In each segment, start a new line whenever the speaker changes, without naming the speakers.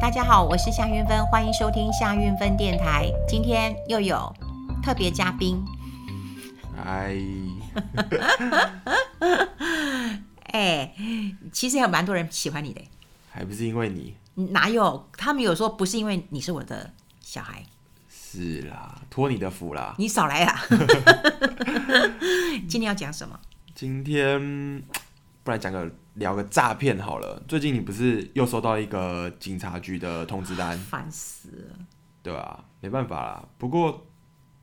大家好，我是夏运芬，欢迎收听夏运芬电台。今天又有特别嘉宾，
哎，
哎、其实还有蛮多人喜欢你的，
还不是因为你
哪有？他们有说不是因为你是我的小孩，
是啦，托你的福啦。
你少来 啦。今天要讲什么？
今天不然讲个聊个诈骗好了。最近你不是又收到一个警察局的通知单，
烦死了！
对吧、没办法啦，不过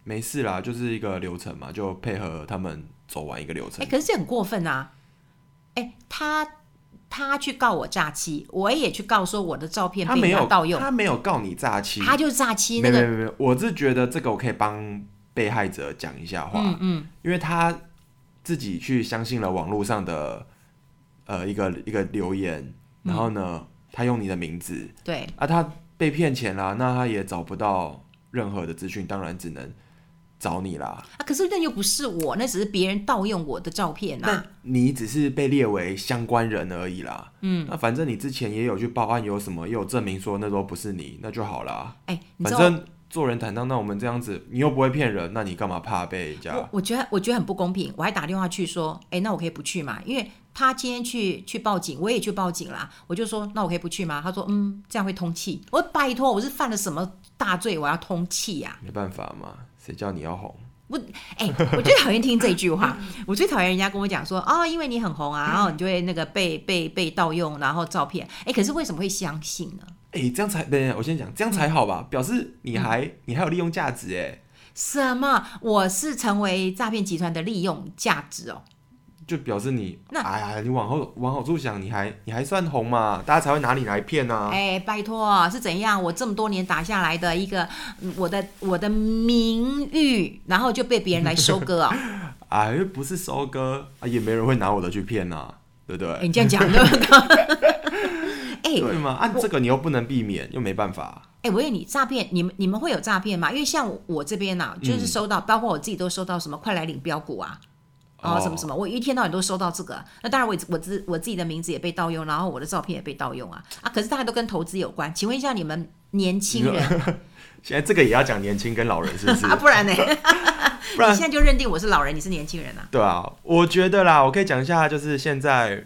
没事啦，就是一个流程嘛，就配合他们走完一个流
哎、
程。
可是这很过分啊！哎、他他去告我诈欺，我也去告说我的照片
他
被
没
人家
有
盗用，
他没有告你诈欺，
他就是诈欺
没
那
没
个。
没没，我是觉得这个我可以帮被害者讲一下话，
嗯嗯，
因为他自己去相信了网络上的呃一个一个留言，然后
嗯
呢，他用你的名字
对，
啊，他被骗钱啦，那他也找不到任何的资讯，当然只能找你啦。
啊，可是那又不是我，那只是别人盗用我的照片
那
啊。
你只是被列为相关人而已啦，嗯，那反正你之前也有去报案，有什么也有证明说那都不是你，那就好啦。
哎、你知
反
道
正做人坦荡，那我们这样子，你又不会骗人，那你干嘛怕被人家
我？我觉得我觉得很不公平，我还打电话去说，哎、那我可以不去嘛？因为他今天去去报警，我也去报警啦，我就说那我可以不去吗？他说嗯，这样会通气。我说拜托，我是犯了什么大罪，我要通气呀、
没办法嘛，谁叫你要红？
哎、我最讨厌听这句话，我最讨厌人家跟我讲说，哦，因为你很红啊，然后你就会那个被被被盗用，然后照片。哎、可是为什么会相信呢？
哎、这样才等一下，我先讲，这样
嗯
才好吧？表示你还、你还有利用价值哎，
什么？我是成为诈骗集团的利用价值哦。
就表示你
那
哎呀，你往后往好处想，你还你还算红嘛，大家才会拿你来骗啊。
哎、拜托，是怎样？我这么多年打下来的一个嗯我的我的名誉，然后就被别人来收割 哦。
哎，又不是收割啊，也没人会拿我的去骗啊，对不对？
哎、你这样讲对不对？ 哎、
对吗？啊，这个你又不能避免，又没办法。
哎、我问你，诈骗，你们你们会有诈骗吗？因为像我我这边
嗯
呐、啊，就是收到，包括我自己都收到什么快来领标股啊，哦，什么什
么？
么，我一天到晚都收到这个。那当然我，我我自我自己的名字也被盗用，然后我的照片也被盗用啊啊！可是大家都跟投资有关，请问一下你们年轻 人
现在这个也要讲年轻跟老人是不 是？
啊，不 然呢？
不然
你现在就认定我是老人，你是年轻人啊？
对啊，我觉得啦，我可以讲一下，就是现在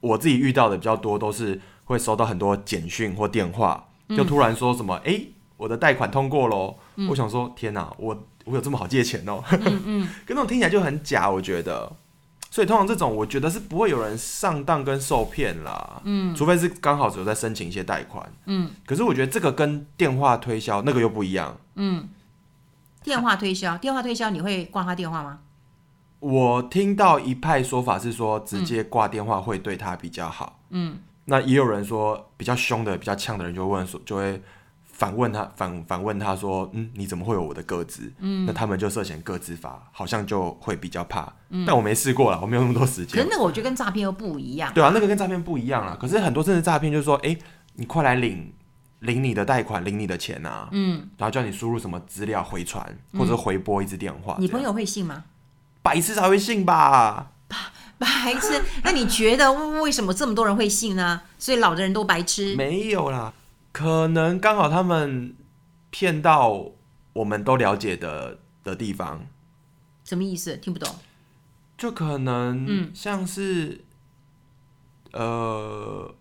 我自己遇到的比较多，都是会收到很多简讯或电话，就突然说什么，诶，我的贷款通过喽。我想说，天哪、我我有这么好借钱哦、嗯 嗯，跟那种听起来就很假，我觉得。所以通常这种，我觉得是不会有人上当跟受骗啦。嗯，除非是刚好只有在申请一些贷款。嗯，可是我觉得这个跟电话推销那个又不一样。
电话推销，电话推销，你会挂他电话吗？
我听到一派说法是说，直接挂电话会对他比较好。嗯，那也有人说比较凶的、比较呛的人就会问说，就会反问他反反问他说，嗯，你怎么会有我的个资？嗯，那他们就涉嫌个资法，好像就会比较怕。但我没试过啦，我没有那么多时
嗯可
间
是。那个我觉得跟诈骗又不一样。
对啊，那个跟诈骗不一样啦。可是很多真的诈骗就是说，哎、你快来领领你的贷款，领你的钱啊，嗯，然后叫你输入什么资料回传或者回拨一支电话，
嗯你
这样
朋友会信吗？
白痴才会信吧？
白痴，那你觉得为什么这么多人会信呢？所以老的人都白痴。
没有啦，可能刚好他们骗到我们都了解的的地方，
什么意思？听不懂。
就可能像是、呃，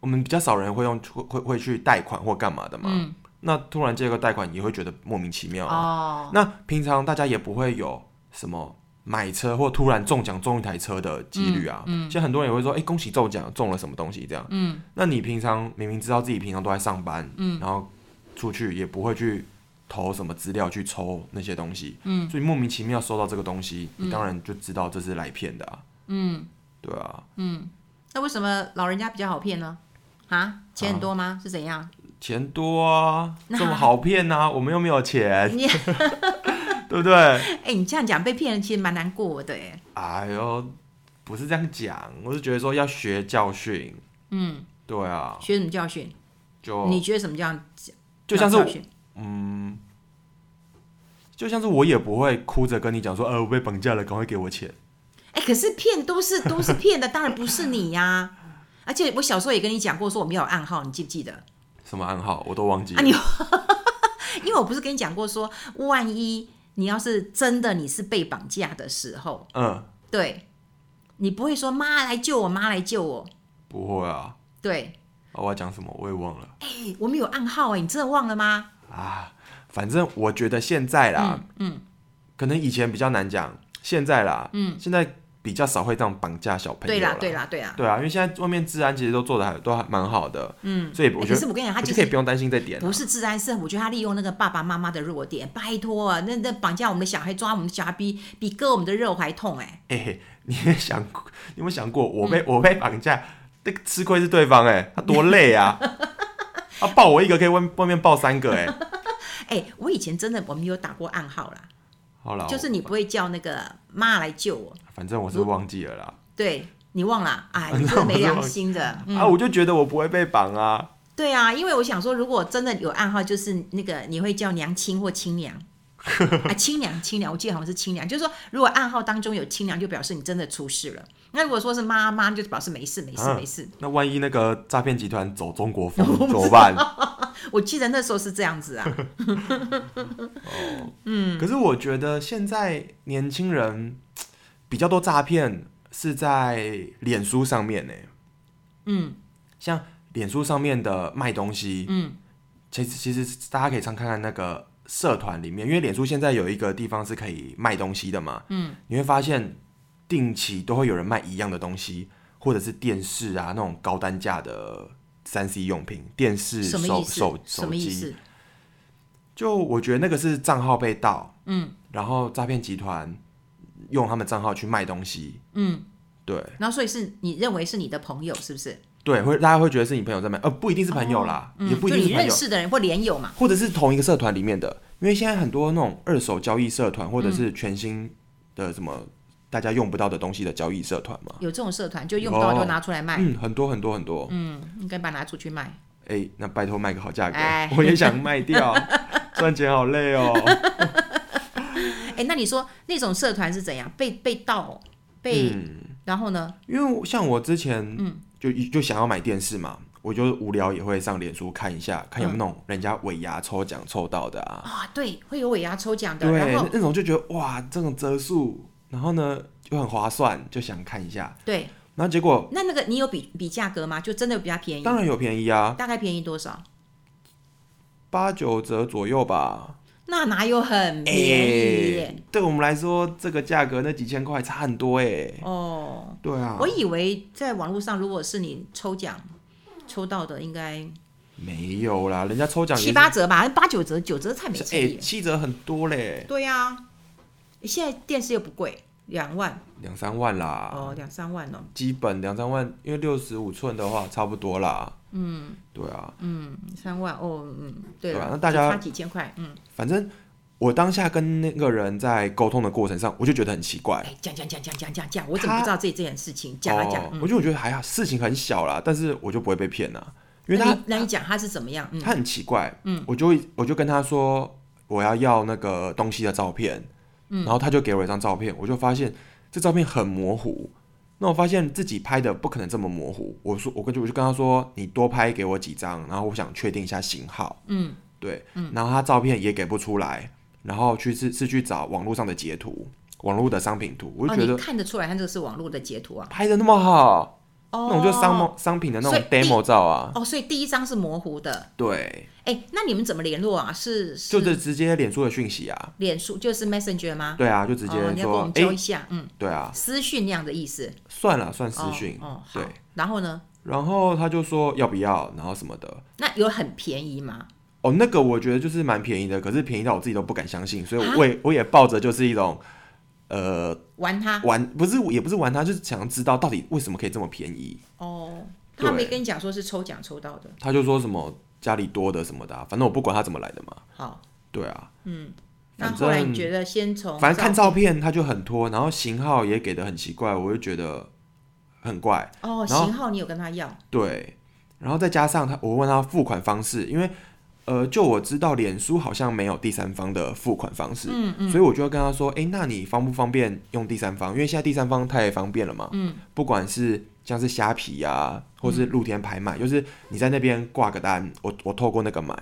我们比较少人会用会会会去贷款或干嘛的嘛。那突然借个贷款，也会觉得莫名其妙啊。
哦，
那平常大家也不会有什么买车或突然中奖中一台车的几率啊。嗯，现在很多人也会说，哎、恭喜中奖，中了什么东西这样。嗯，那你平常明明知道自己平常都在上班，嗯，然后出去也不会去投什么资料去抽那些东西，嗯，所以莫名其妙收到这个东西，你当然就知道这是来骗的啊。嗯，对啊，
那为什么老人家比较好骗呢？啊，钱很多
哦
吗？是怎样？
钱多啊，这么好骗啊，我们又没有钱， 对不对？
哎、你这样讲被骗，其实蛮难过的哎。
哎呦，不是这样讲，我是觉得说要学教训。嗯，对啊，
学什么教训？
就
你觉得什么叫
哦就像
教
是
训？
就像是我也不会哭着跟你讲说，呃，我被绑架了，赶快给我钱。
哎、可是骗都是都是骗的，当然不是你呀、啊。而且我小时候也跟你讲过，说我们要有暗号，你记不记得？
什么暗号我都忘记了。
啊你因为我不是跟你讲 过说，万一你要是真的你是被绑架的时候，
嗯，
对，你不会说妈来救我，妈来救我，
不会啊，
对，
啊我要讲什么我也忘了
哎、我们有暗号哎、你真的忘了吗？
啊。反正我觉得现在啦，嗯，可能以前比较难讲，现在啦，嗯，现在比较少会这样绑架小朋
对
友
啦，对
啦，
啦，对啦。
对啊，因为现在外面治安其实都做的还都还蛮好的，嗯，所以
哎
我觉
可
得
是我跟你讲，他
我
就
就可以
是
不用担心这点啊。
不是治安社，我觉得他利用那个爸爸妈妈的弱点，拜托、啊，那那绑架我们的小孩，抓我们的小孩比比割我们的肉还痛哎、
哎、你也想过，你有没有想过，我被、我被绑架，那个吃亏是对方哎、他多累啊！他抱我一个，可以外外面抱三个哎、
哎、我以前真的我们有打过暗号啦，
好了，
就是你不会叫那个妈来救我，
反正我是忘记了啦。
对你忘了， 哎，你真的没良心的。嗯
啊，我就觉得我不会被绑啊。
对啊，因为我想说，如果真的有暗号，就是那个你会叫娘亲或亲 娘。啊，亲娘，亲娘，我记得好像是亲娘，就是说，如果暗号当中有亲娘，就表示你真的出事了。那如果说是妈妈，就表示没事，没事，
啊
没事。
那万一那个诈骗集团走 中国风怎么办？
我记得那时候是这样子啊，嗯
可是我觉得现在年轻人比较多诈骗是在脸书上面呢、嗯，像脸书上面的卖东西，嗯，其实其实大家可以常看看那个社团里面，因为脸书现在有一个地方是可以卖东西的嘛，嗯，你会发现定期都会有人卖一样的东西，或者是电视啊那种高单价的三 C 用品，电视、
什么
手
意思
手？
什
手
么意
机，
思？
就我觉得那个是账号被盗，嗯，然后诈骗集团用他们账号去卖东西，嗯，对
然后所以是你认为是你的朋友，是不是？
对，会大家会觉得是你朋友在卖，呃，不一定是朋友啦，
嗯，
也不一
就
定
你
是朋
认
友，
识的人或连友嘛。
或者是同一个社团里面的，因为现在很多那种二手交易社团，或者是全新的什么大家用不到的东西的交易社团嘛，
有这种社团，就用不到
有
就拿出来卖，
嗯，很多很多很多，嗯，
应该把它拿出去卖。
哎、那拜托卖个好价格
哎，
我也想卖 掉，赚钱好累哦，
哎、那你说那种社团是怎样被被盗哦、被、
嗯。
然后呢？
因为我像我之前，
嗯
就就想要买电视嘛，我就无聊也会上脸书看一下，看有没有那种人家尾牙抽奖抽到的啊，
啊，对，会有尾牙抽奖的，
对，
然后
那那种就觉得哇，这种折数，然后呢就很划算，就想看一下，
对，
然后结果
那那个你有比比价格吗？就真的有比较便宜？
当然有便宜啊，
大概便宜多少？
八九折左右吧，
那哪有很
哎、
便宜耶？
对我们来说这个价格那几千块差很多哎、
哦，
对啊，
我以为在网络上，如果是你抽奖抽到的，应该
没有啦，人家抽奖也
七
是
八折吧，八九折、九折太没
哎、
诚意了。
七折很多嘞，
对呀、啊，现在电视又不贵，两万
两三万啦，
哦，两三万哦，
基本两三万，因为六十五寸的话差不多啦。嗯，对啊，
三万哦，嗯，对
对
了
啊，那大家
就差几千块，嗯，
反正我当下跟那个人在沟通的过程上，我就觉得很奇怪。
哎，讲讲讲讲讲讲讲，我怎么不
他
知道这这件事情？讲啊讲，
哦
嗯，
我就觉得还好，事情很小啦，但是我就不会被骗啦，因为
那
他
你那你讲他是怎么样？嗯，
他很奇怪，嗯，我就会我就跟他说我要要那个东西的照片，嗯，然后他就给我一张照片，我就发现这照片很模糊。那我发现自己拍的不可能这么模糊，我说我跟就我就跟他说，你多拍给我几张，然后我想确定一下型号，嗯，对，然后他照片也给不出来，然后去是是去找网络上的截图，网络的商品图，我就
哦，
觉
你
得
看得出来他这个是网络的截图啊？
拍的那么好，
哦，
那我就商商品的那种
所以第
demo 照啊，
哦，所以第一张是模糊的。
对，
哎，那你们怎么联络啊？是
就是是直接脸书的讯息啊，
脸书就是 Messenger 吗？
对啊，就直接
哦，你要跟我
说，
们
哎、
教一下，嗯，
对啊，
私讯那样的意思。
算了，算私
哦
讯，
哦，好
对。
然后呢？
然后他就说要不要，然后什么的。
那有很便宜吗？
哦，那个我觉得就是蛮便宜的，可是便宜到我自己都不敢相信，所以
啊
我也我也抱着就是一种，呃，
玩他
玩不是也不是玩他，就是想要知道到底为什么可以这么便宜。
哦，他没
对
跟你讲说是抽奖抽到的。
他就说什么家里多的什么的啊、反正我不管他怎么来的嘛。
好，
对啊，
那
反
后来
正
你觉得先从
反正看照片他就很拖，然后型号也给的很奇怪，我就觉得很怪。
哦
然后
型号，你有跟他要？
对，然后再加上他，我问他付款方式，因为呃，就我知道脸书好像没有第三方的付款方式，嗯嗯，所以我就会跟他说，诶，那你方不方便用第三方？因为现在第三方太方便了嘛，嗯，不管是像是虾皮啊，或
嗯
是露天拍卖，就是你在那边挂个单，我我透过那个买，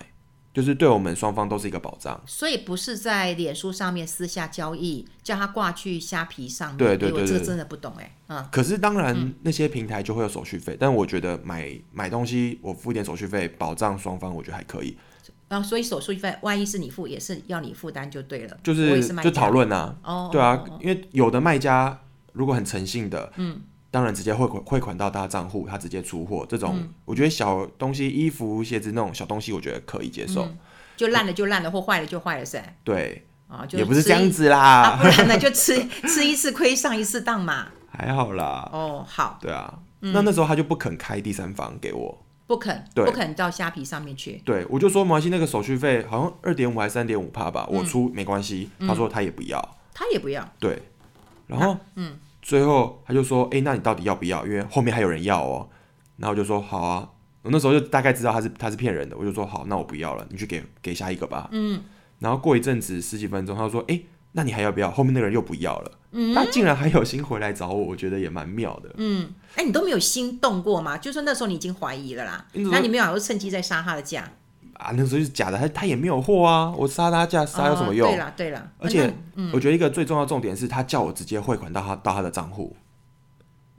就是对我们双方都是一个保障。
所以不是在脸书上面私下交易，叫他挂去虾皮上面。
对对
哎
对
我这
对
个真的不懂哎、嗯，
可是当然那些平台就会有手续费，但我觉得买买东西我付一点手续费，保障双方，我觉得还可以。
然后所以手续费万一是你付，也是要你负担就对了。
就
我
是
也是卖
就
家
讨论啊，
哦，
对啊
哦，哦
因为有的卖家如果很诚信的，嗯，当然直接汇款汇款到他账户，他直接出货。这种、
嗯
我觉得小东西，衣服、鞋子那种小东西，我觉得可以接受。
嗯就烂了就烂了，或坏了就坏了噻。
对，
啊，就
也不是
吃
这样
一
子啦，
啊，不然呢就吃 吃一次亏上一次当嘛。
还好啦。
哦，好，
对啊，
嗯
那那时候他就不肯开第三方给我。
不肯
对
不肯到虾皮上面去。
对，我就说没关系，那个手续费好像二点五还是三点五帕吧，
嗯
我出、没关系。他说他也不要，
他也不要，
对，然后、嗯，最后他就说，哎、那你到底要不要？因为后面还有人要哦。然后我就说好啊，我那时候就大概知道他是他是骗人的，我就说好，那我不要了，你去给给下一个吧。嗯，然后过一阵子十几分钟，他就说，哎、那你还要不要？后面那个人又不要了。嗯，他竟然还有心回来找我，我觉得也蛮妙的。嗯，
哎，你都没有心动过吗？就说那时候你已经怀疑了啦，
那时候
那你没有想说趁机再杀他的价，
啊，那时候就是假的，他他也没有货啊，我杀他价杀有什么用？
哦对啦对啦，
而且、我觉得一个最重要的重点是他叫我直接汇款到他到他的账户。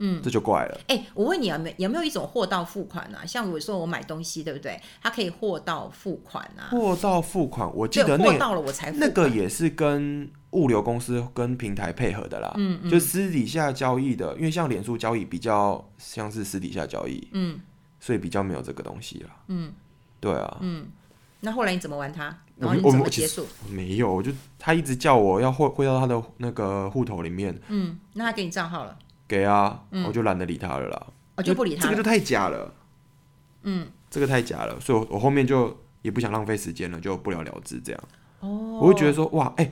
嗯，这就怪了。
哎、我问你啊，没有没有一种货到付款啊？像我说我买东西，对不对？它可以货到付款啊。
货到付款，我记
对，
得那
货
个
到了我才付
那个
款
也是跟物流公司跟平台配合的啦，嗯，就私底下交易的，因为像脸书交易比较像是私底下交易，嗯，所以比较没有这个东西啦，嗯，对啊，
嗯那后来你怎么玩它？
我
然后你
我
怎么
我其
结
实
束？
没有，我就他一直叫我要汇汇到他的那个户头里面，
嗯，那他给你账号了，
给啊，我就懒得理他了啦，
嗯我就不理
这
他
个
了。
就太假了，嗯，这个太假了，所以我我后面就也不想浪费时间了，就不了了之这样。
哦，
我会觉得说，哇，哎、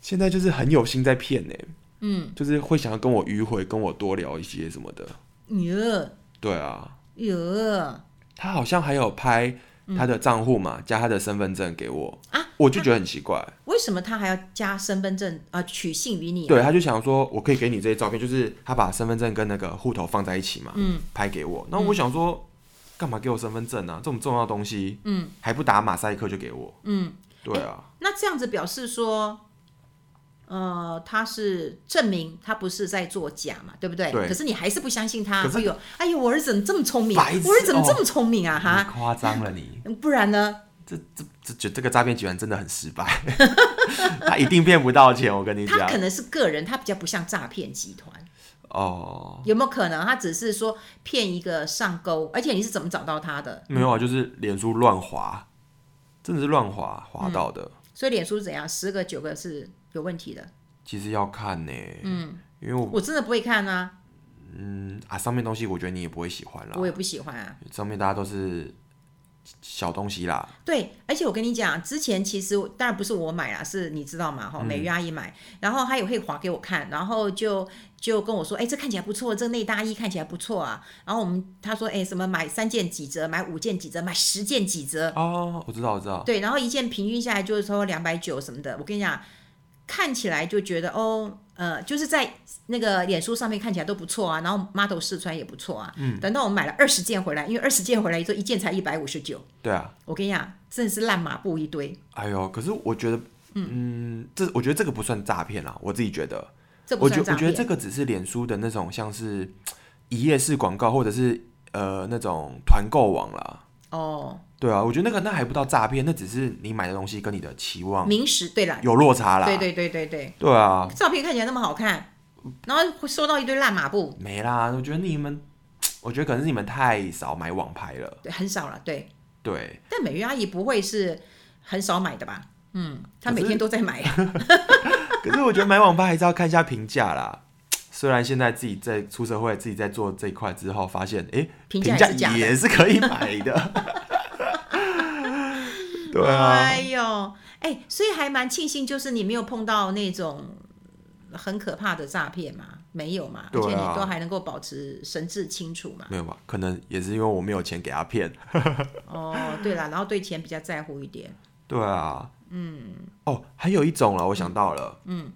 现在就是很有心在骗呢、嗯，就是会想要跟我迂回，跟我多聊一些什么的。
哟
对啊，
哟
他好像还有拍他的账户嘛，加他的身份证给我
啊，
我就觉得很奇怪。
为什么他还要加身份证啊、取信于你？
对，他就想说，我可以给你这些照片，就是他把身份证跟那个户头放在一起嘛，嗯，拍给我。那我想说，干嘛给我身份证啊？这么重要的东西，嗯，还不打马赛克就给我，嗯，对啊，
那这样子表示说，呃，他是证明他不是在作假嘛，对不对？
对
可是你还是不相信他。
可是
哎呦，哎呦，我儿子怎么这么聪明？我
白痴
儿子怎么这
哦
么聪明啊？哈、
你夸张了你。
嗯不然呢？
这这这这这个诈骗集团真的很失败， 他一定骗不到钱，我跟你
他
讲
可。能是个人，他比较不像诈骗集团，
哦，
有没有可能？他只是说骗一个上钩，而且你是怎么找到他的？
没有啊，就是脸书乱滑，真的是乱滑滑到的。
所以脸书是怎样，十个九个是有问题的。
其实要看呢、嗯，因为我
我真的不会看啊，
嗯啊，上面东西我觉得你也不会喜欢啦
我，也不喜欢啊。
上面大家都是小东西啦，
对，而且我跟你讲，之前其实我当然不是我买啦，是你知道嘛，哈，美玉阿姨买，然后她也会划给我看，然后就就跟我说，哎、这看起来不错，这内搭衣看起来不错啊。然后我们她说，哎、什么买三件几折，买五件几折，买十件几折，
哦，我知道，我知道，
对，然后一件平均下来就是说两百九什么的。我跟你讲，看起来就觉得哦，呃，就是在那个脸书上面看起来都不错啊，然后 model 试穿也不错啊。嗯，等到我们买了二十件回来，因为二十件回来说一件才一百五十九，
对啊，
我跟你讲，真的是烂马布一堆，
哎呦，可是我觉得，嗯，这我觉得这个不算诈骗啦，我自己觉得，
这不
我觉
算
我
诈
觉得这
骗。
个只是脸书的那种像是嘖一页式广告，或者是呃那种团购网啦。
哦，
对啊，我觉得那个那还不到诈骗，那只是你买的东西跟你的期望
明实对啦，
有落哦差啦。
嗯对对对对对，
对啊，
照片看起来那么好看，然后收到一堆烂马布，
没啦，我觉得你们，嘖我觉得可能是你们太少买网拍了。
对，很少了，对。
对，
但美玉阿姨不会是很少买的吧？嗯，她
可
每
是
天都在 买啊。
可是我觉得买网拍还是要看一下评价啦。嘖虽然现在自己在出社会，自己在做这一块之后，发现诶，
评价也
评价
是假的
也是可以买的。 对啊，
哎呦，哎、所以还蛮庆幸，就是你没有碰到那种很可怕的诈骗嘛，没有嘛，而
对啊
且你都还能够保持神志清楚嘛。
没有吧？可能也是因为我没有钱给他骗。
哦，对啦，然后对钱比较在乎一点。
对啊，嗯，哦，还有一种了，我想到了，嗯，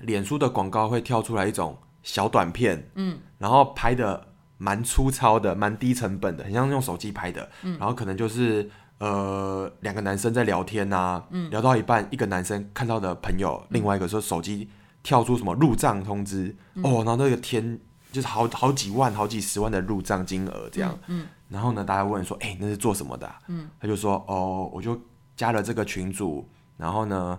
脸书的广告会跳出来一种小短片，嗯，然后拍的蛮粗糙的，蛮低成本的，很像用手机拍的。然后可能就是呃两个男生在聊天呐、聊到一半，一个男生看到的朋友，另外一个说手机跳出什么入账通知，哦，然后那个天就是好好几万、好几十万的入账金额这样。然后呢，大家问说，哎、那是做什么的啊、他就说，哦，我就加了这个群组，然后呢。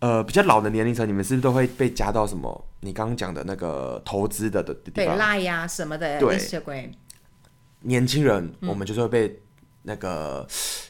呃，比较老的年龄层，你们是不是都会被加到什么？你刚刚讲的那个投资的的的地
对
方？
，Line 呀、什么的
啊对
，Instagram，
年轻人，我们就是会被那个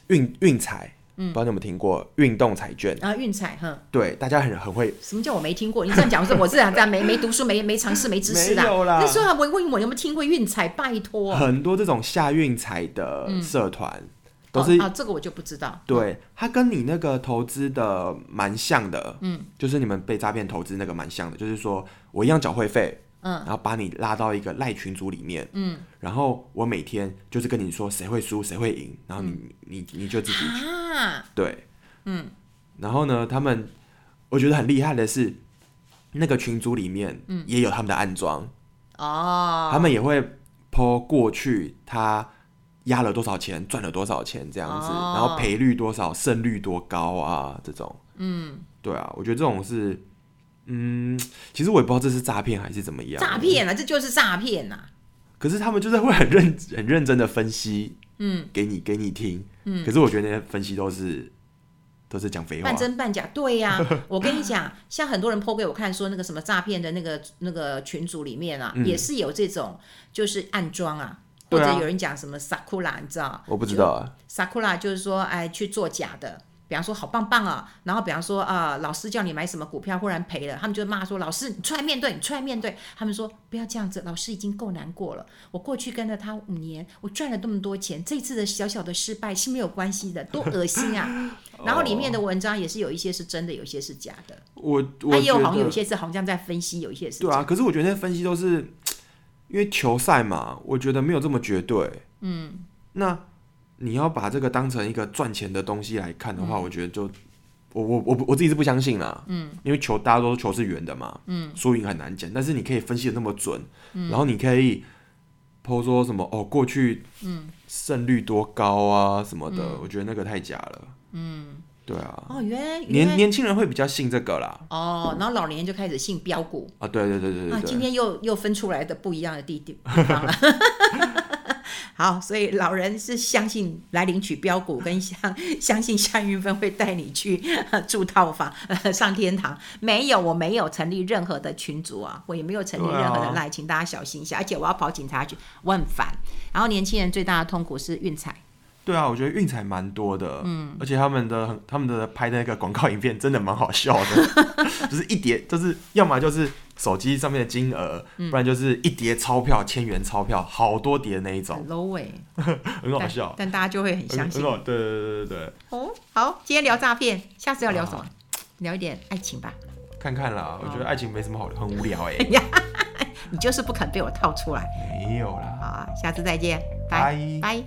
运运彩，不知道你有没有听过运动彩券？
然后运彩，哼，
对，大家很很会，
什么叫我没听过？你这样讲，我是我是这样没没读书，没没尝试，没知识啦。
没有啦
那时候我问我有没有听过运彩，拜托。
很多这种下运彩的社团 都是
哦啊，这个我就不知道。
对，它跟你那个投资的蛮像的，嗯，就是你们被诈骗投资那个蛮像的，就是说我一样缴会费，嗯，然后把你拉到一个赖群组里面，嗯，然后我每天就是跟你说谁会输谁会赢，然后你、你你就自己
啊，
对，嗯，然后呢，他们我觉得很厉害的是，那个群组里面，也有他们的暗装，
哦，
他们也会 po 过去他压了多少钱，赚了多少钱这样子，
哦
然后赔率多少，胜率多高啊这种，嗯，对啊，我觉得这种是，嗯，其实我也不知道这是诈骗还是怎么样，
诈，骗啊，这就是诈骗呐。
可是他们就是会很认很认真的分析，嗯，给你给你听，嗯，可是我觉得那些分析都是都是讲废话
半，真半假，对 呀、我跟你讲，像很多人 PO 给我看说那个什么诈骗的那个那个群组里面啊，也是有这种就是暗装啊，或
嗯对啊
者有人讲什么 sakura，你知道？
我不知道啊。
sakura 就是说，哎，去做假的。比方说好棒棒啊，然后比方说啊、老师叫你买什么股票，忽然赔了，他们就骂说老师你出来面对，你出来面对。他们说不要这样子，老师已经够难过了。我过去跟了他五年，我赚了那么多钱，这次的小小的失败是没有关系的，多恶心 啊！然后里面的文章也是有一些是真的，有一些是假的，
我哦我
他也
觉
有
得
好像有一些是好像在分析，有一些是
对啊，可是我觉得那分析都是因为球赛嘛，我觉得没有这么绝对。嗯，那你要把这个当成一个赚钱的东西来看的话，
嗯
我觉得就我我我我自己是不相信啦。嗯，因为球大家都说球是圆的嘛，嗯，输赢很难讲，但是你可以分析的那么准，
嗯
然后你可以抛说什么哦，过去嗯胜率多高啊什么的，我觉得那个太假了。嗯，对啊，
嗯哦，原来原
年
来
年轻人会比较信这个啦。
哦，然后老年人就开始信标股，
啊，对对对对对
啊，
对
今。天又又分出来的不一样的地地地方了。 好，所以老人是相信来领取标股，跟相相信夏运芬会带你去呃住套房、呃上天堂。没有，我没有成立任何的群组啊，我也没有成立
对啊
任何的赖、请大家小心一下。而且我要跑警察局，我很烦。然后年轻人最大的痛苦是运彩，
对啊，我觉得运彩蛮多的，嗯，而且他们的很他们的拍的那个广告影片真的蛮好笑的， 就是一叠，就是要么就是手机上面的金额，
嗯
不然就是一叠钞票，千元钞票，好多叠那一种
很，low 哎、
很好
但
笑，哦
但大家就会很
很
相
很
信。
好，对对对对对，
哦，好，今天聊诈骗，下次要聊什么？聊一点爱情吧。
看看啦，我觉得爱情没什么好，很无聊哎、
你就是不肯被我套出来。
没有啦，
好啊，下次再见，拜
拜。
拜。